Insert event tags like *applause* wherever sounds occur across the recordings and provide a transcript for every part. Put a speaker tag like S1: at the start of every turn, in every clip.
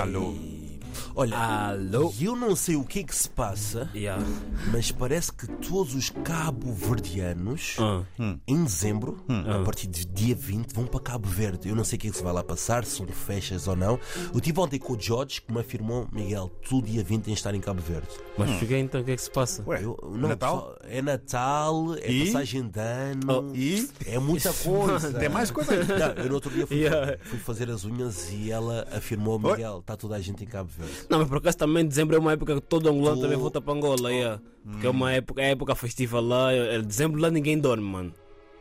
S1: Alô.
S2: Olha,
S3: Alô?
S2: eu não sei o que é que se passa,
S3: Yeah.
S2: mas parece que todos os cabo-verdianos,
S3: Ah.
S2: em dezembro,
S3: Hum.
S2: a partir de dia 20, vão para Cabo Verde. Eu não sei o que é que se vai lá passar, se são festas ou não. Eu tive ontem com o Jorge que me afirmou, Miguel, tu dia 20 tens de estar em Cabo Verde.
S3: Mas cheguei então, o que é que se passa?
S1: Ué,
S2: Eu- não,
S1: Natal?
S2: pessoal, é Natal, é
S1: E?
S2: passagem de ano,
S3: Oh,
S1: E
S2: é muita coisa.
S1: tem mais coisa aí.
S2: Não, eu no outro dia fui,
S3: *laughs* Yeah.
S2: fui fazer as unhas e ela afirmou,
S1: Oi?
S2: Miguel, está toda a gente em Cabo Verde.
S3: Não, mas por acaso também dezembro é uma época que todo angolano
S2: Tu- Hum.
S3: também volta para Angola, yeah. Porque é uma época, é época festiva lá, é- é dezembro lá ninguém dorme, mano.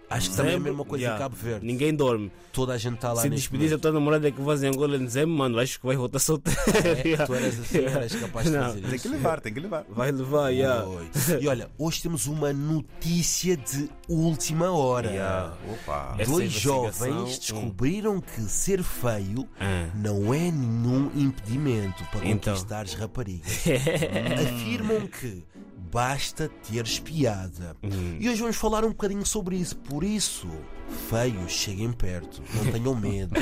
S2: Acho que também é a
S3: Dezembro,
S2: mesma coisa em
S3: yeah,
S2: Cabo Verde.
S3: Ninguém dorme.
S2: Toda a gente está lá
S3: Se
S2: neste
S3: despedir da tua namorada que vais em Angola em dezembro, mano, acho que vais voltar solteiro.
S2: momento. É,
S3: yeah. *laughs*
S2: tu eras assim,
S3: Yeah.
S2: eras capaz de
S3: Não.
S2: fazer
S1: Tem
S2: isso.
S1: que levar, tem que levar.
S3: Vai levar, yeah.
S2: Oi. E olha, hoje temos uma notícia de última hora.
S3: Yeah.
S1: Opa.
S3: Essa
S2: Dois
S3: investigação-
S2: jovens descobriram que ser feio
S3: Ah.
S2: não é nenhum impedimento para
S3: Então. É.
S2: conquistar as
S3: *laughs*
S2: raparigas. Afirmam que basta teres piada.
S3: Hum.
S2: E hoje vamos falar um bocadinho sobre isso. Por isso, feios, cheguem perto, não tenham
S3: *laughs*
S2: medo.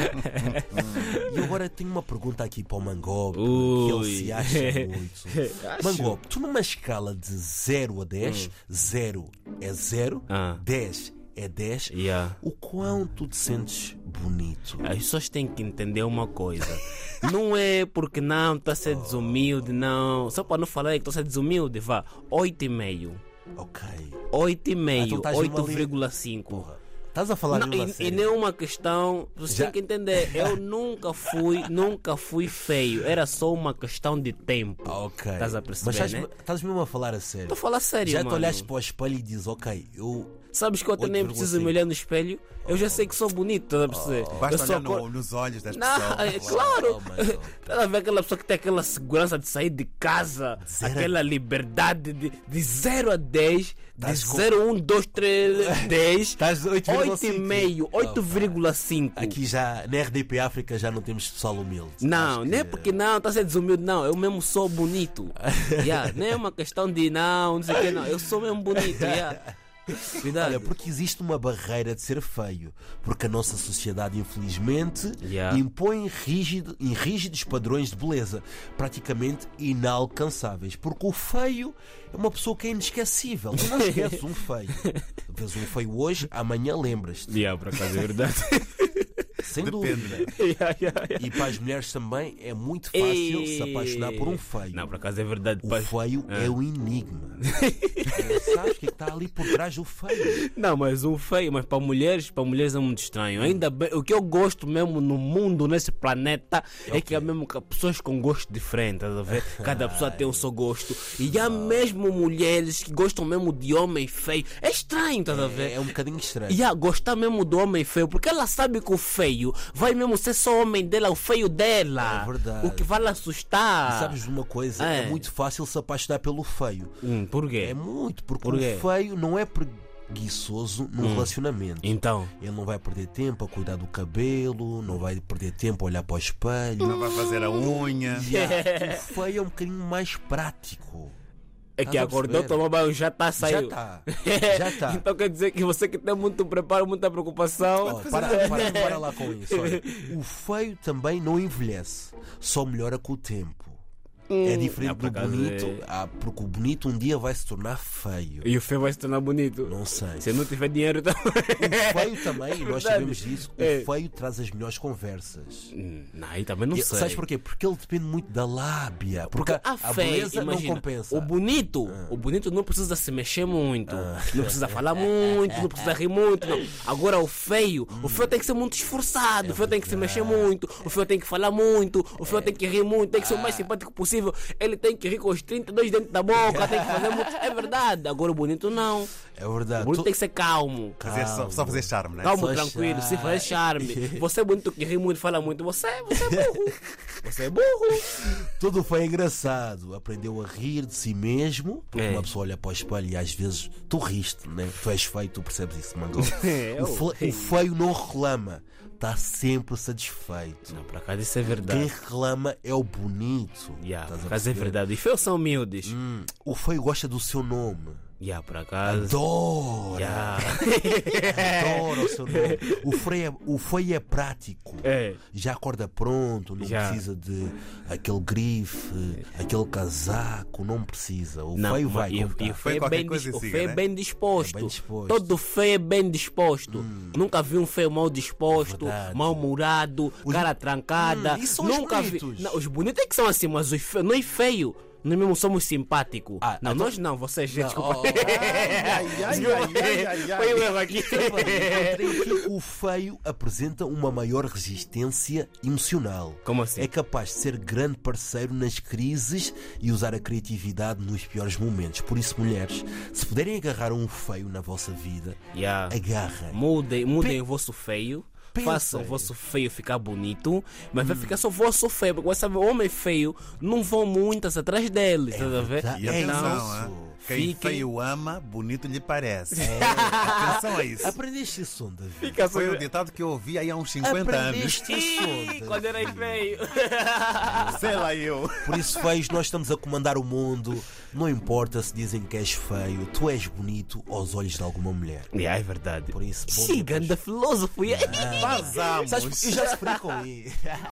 S2: e agora tenho uma pergunta aqui para o Mangob, que ele se
S3: Ui.
S2: acha muito.
S3: *laughs*
S2: Mangob, tu numa escala de 0 a 10, 0 é 0,
S3: Hum. Ah.
S2: 10 é 10,
S3: Yeah.
S2: o quão tu te sentes bonito.
S3: As pessoas têm que entender uma coisa. Não é porque não, está a ser
S2: Oh.
S3: desumilde, não. Só para não falar é que estou a ser desumilde, vá. 8,5.
S2: Ok. Então
S3: 8,5.
S2: estás numa linha-
S3: 8,5.
S2: Porra. Estás a falar
S3: Não,
S2: de uma
S3: e, e
S2: série?
S3: nem é uma questão, vocês
S2: Já-
S3: têm que entender, eu nunca fui, nunca fui feio, era só uma questão de tempo.
S2: Ah, Ok.
S3: Estás a
S2: Mas
S3: perceber,
S2: estás,
S3: né?
S2: estás mesmo a falar a sério.
S3: Estou a falar sério,
S2: Já te
S3: mano.
S2: olhaste para o espelho e dizes, ok, eu.
S3: Sabes que eu até nem preciso
S2: 8,5.
S3: me olhar no espelho, eu já sei que sou bonito, estás a perceber? eu
S1: Basta
S3: sou
S1: olhar
S3: a cor-
S1: no- nos olhos das pessoas.
S3: Não, *laughs* é
S2: Oh,
S3: claro. *laughs*
S2: my God.
S3: Estás a ver aquela pessoa que tem aquela segurança de sair de casa,
S2: Zero a-
S3: aquela liberdade de, de 0 a 10, de um,
S2: Estás com-
S3: 0, 1, 2,
S2: *laughs*
S3: 3, 10,
S2: Estás
S3: 8,5, 8,5.
S2: Aqui já, na RDP África, já não temos pessoal humilde.
S3: Não,
S2: Acho
S3: não é
S2: que-
S3: porque não, tá sendo desumilde, não. Eu mesmo sou *laughs* bonito. yeah, não é uma questão de não, não sei o que, não. Eu sou mesmo bonito. Yeah. Cuidado.
S2: Olha, porque existe uma barreira de ser feio. Porque a nossa sociedade, infelizmente,
S3: Yeah.
S2: impõe rígido, em rígidos padrões de beleza, praticamente inalcançáveis. Porque o feio é uma pessoa que é inesquecível.
S3: *laughs*
S2: Tu não esqueces um feio. Vês um feio hoje, amanhã lembras-te.
S3: Yeah, por acaso é verdade.
S2: Sem
S1: Depende.
S2: dúvida.
S1: né?
S3: *laughs* yeah, yeah, yeah.
S2: E para as mulheres também é muito fácil se apaixonar por um feio.
S3: Não, ah. por acaso é verdade.
S2: O
S3: pai.
S2: feio é o
S3: *laughs*
S2: enigma. Não sabes o que é que está ali por trás do feio?
S3: Não, mas um feio, mas para mulheres, para mulheres é muito estranho. Ainda bem, o que eu gosto mesmo no mundo, nesse planeta, é que há mesmo ca- pessoas com gosto diferente, estás a *laughs* ver? Cada pessoa tem o seu gosto. E há mesmo mulheres que gostam mesmo de homem feio. É estranho, estás a ver?
S2: É, é um bocadinho estranho.
S3: E a gostar mesmo do homem feio, porque ela sabe que o feio vai mesmo ser só homem dela, o feio dela.
S2: É verdade.
S3: O que vai lhe assustar.
S2: Sabes de uma coisa? É.
S3: É.
S2: muito fácil se apaixonar pelo feio.
S3: Hum, por quê?
S2: É muito, porque
S3: Por quê?
S2: o feio não é preguiçoso num
S3: Hum.
S2: relacionamento.
S3: Então.
S2: Ele não vai perder tempo a cuidar do cabelo, não vai perder tempo a olhar para o espelho.
S3: Hum.
S1: Não vai fazer a unha.
S3: *laughs*
S2: Yeah, O feio é um bocadinho mais prático.
S3: É
S2: Estás
S3: que
S2: a
S3: acordou,
S2: perceber?
S3: tomou banho, já
S2: Já tá.
S3: está saiu.
S2: está.
S3: É,
S2: Já tá. está.
S3: *laughs* Então quer dizer que você que tem muito preparo, muita preocupação.
S2: Oh, para, para, para lá com isso.
S3: *laughs*
S2: Olha, o feio também não envelhece, só melhora com o tempo. é diferente
S3: Ah, por
S2: do
S3: acaso
S2: bonito,
S3: é.
S2: ah, porque o bonito um dia vai se tornar feio.
S3: *laughs* E o feio vai se tornar bonito.
S2: Não sei.
S3: Se não tiver dinheiro também. *laughs*
S2: O feio também, e nós
S3: Verdade.
S2: sabemos disso, o
S3: É.
S2: feio traz as melhores conversas.
S3: Hum, Não, aí também não
S2: E
S3: sei.
S2: Sabes porquê? Porque ele depende muito da lábia. Porque, a,
S3: feia,
S2: beleza
S3: imagina,
S2: não compensa. Ah.
S3: O bonito, o bonito não precisa se mexer muito, não precisa falar muito, não precisa rir muito. não. Agora o feio,
S2: Hum.
S3: o feio tem que ser muito esforçado, o feio tem que
S2: É.
S3: se mexer muito, o feio tem que falar muito, o feio tem que rir muito, tem que ser o
S2: Ah.
S3: mais simpático possível. Ele tem que rir com os 32 dentro da boca, tem que fazer muito. É verdade. Agora o bonito não.
S2: É
S3: O
S2: verdade.
S3: bonito
S2: Tu-
S3: tem que ser calmo.
S1: Fazer- só, só fazer charme, né?
S3: Calmo,
S2: Só
S3: tranquilo, se
S2: charme. *laughs*
S3: faz charme. Você é bonito que ri muito, fala muito. Você, você
S2: *laughs*
S3: é burro. Você é burro.
S2: Tudo foi é engraçado. Aprendeu a rir de si mesmo. Porque
S3: É.
S2: uma pessoa olha para o espelho e às vezes tu riste, né? Tu és feio, tu percebes isso, Mangol.
S3: É,
S2: o, fe- o feio não reclama. Está sempre satisfeito.
S3: Não, por acaso isso é verdade.
S2: Quem reclama é o bonito.
S3: Yeah,
S2: Estás a
S3: mas é
S2: perceber?
S3: verdade. E feios são humildes.
S2: Hum, O feio gosta do seu nome.
S3: Yeah, por acaso.
S2: Adoro!
S3: Yeah.
S2: Adoro o seu nome. O Frei é, o Frei é prático.
S3: *laughs* É.
S2: Já acorda pronto, não
S3: Já. É.
S2: precisa de aquele grife, aquele casaco, não precisa. O
S3: Não,
S2: Frei
S3: mas
S2: vai
S3: e,
S2: comprar.
S3: e o feio é
S1: qualquer
S3: bem, dis-
S1: coisa e
S3: o
S1: siga,
S3: feio é
S1: né?
S3: bem disposto.
S2: É bem disposto. Hum.
S3: Todo feio é bem disposto. Nunca vi um feio mal disposto,
S2: É Verdade.
S3: mal-humorado, cara trancada.
S2: Hum, e são os
S3: Nunca
S2: bonitos?
S3: vi. Não, os bonitos é que são assim, mas os feios, nós feios, nós mesmo somos simpáticos.
S2: Ah,
S3: não,
S2: então-
S3: nós não, vocês, gente.
S2: Oh,
S3: Desculpa.
S2: ai, ai, ai, ai, ai, ai.
S3: *laughs* Foi um erro aqui.
S2: Aqui, O feio apresenta uma maior resistência emocional.
S3: Como assim?
S2: É capaz de ser grande parceiro nas crises e usar a criatividade nos piores momentos. Por isso, mulheres, se puderem agarrar um feio na vossa vida,
S3: Yeah.
S2: agarrem.
S3: Mudem, mudem o vosso feio.
S2: Pensem.
S3: Façam o vosso feio ficar bonito, mas vai ficar só o vosso feio, porque você sabe, homem feio não vão muitas atrás deles, tá a ver?
S2: verdade.
S1: E
S2: É
S1: atenção,
S2: isso.
S1: hein? quem
S3: Fiquem-
S1: feio ama, bonito lhe parece. Atenção a
S2: *laughs* É
S1: isso.
S2: Aprendeste esse som, David?
S3: Fica só-
S1: Foi um ditado que eu ouvi aí há uns 50 anos.
S2: Aprendeste esse som, David?
S3: Quando era feio.
S1: Sei lá eu.
S2: Por isso, feios, nós estamos a comandar o mundo. Não importa se dizem que és feio, tu és bonito aos olhos de alguma mulher.
S3: é verdade.
S2: Por isso, bom
S1: É.
S3: Siga, anda filósofo. yeah.
S1: Vazamos.
S2: Sabes, eu já sofri com isso.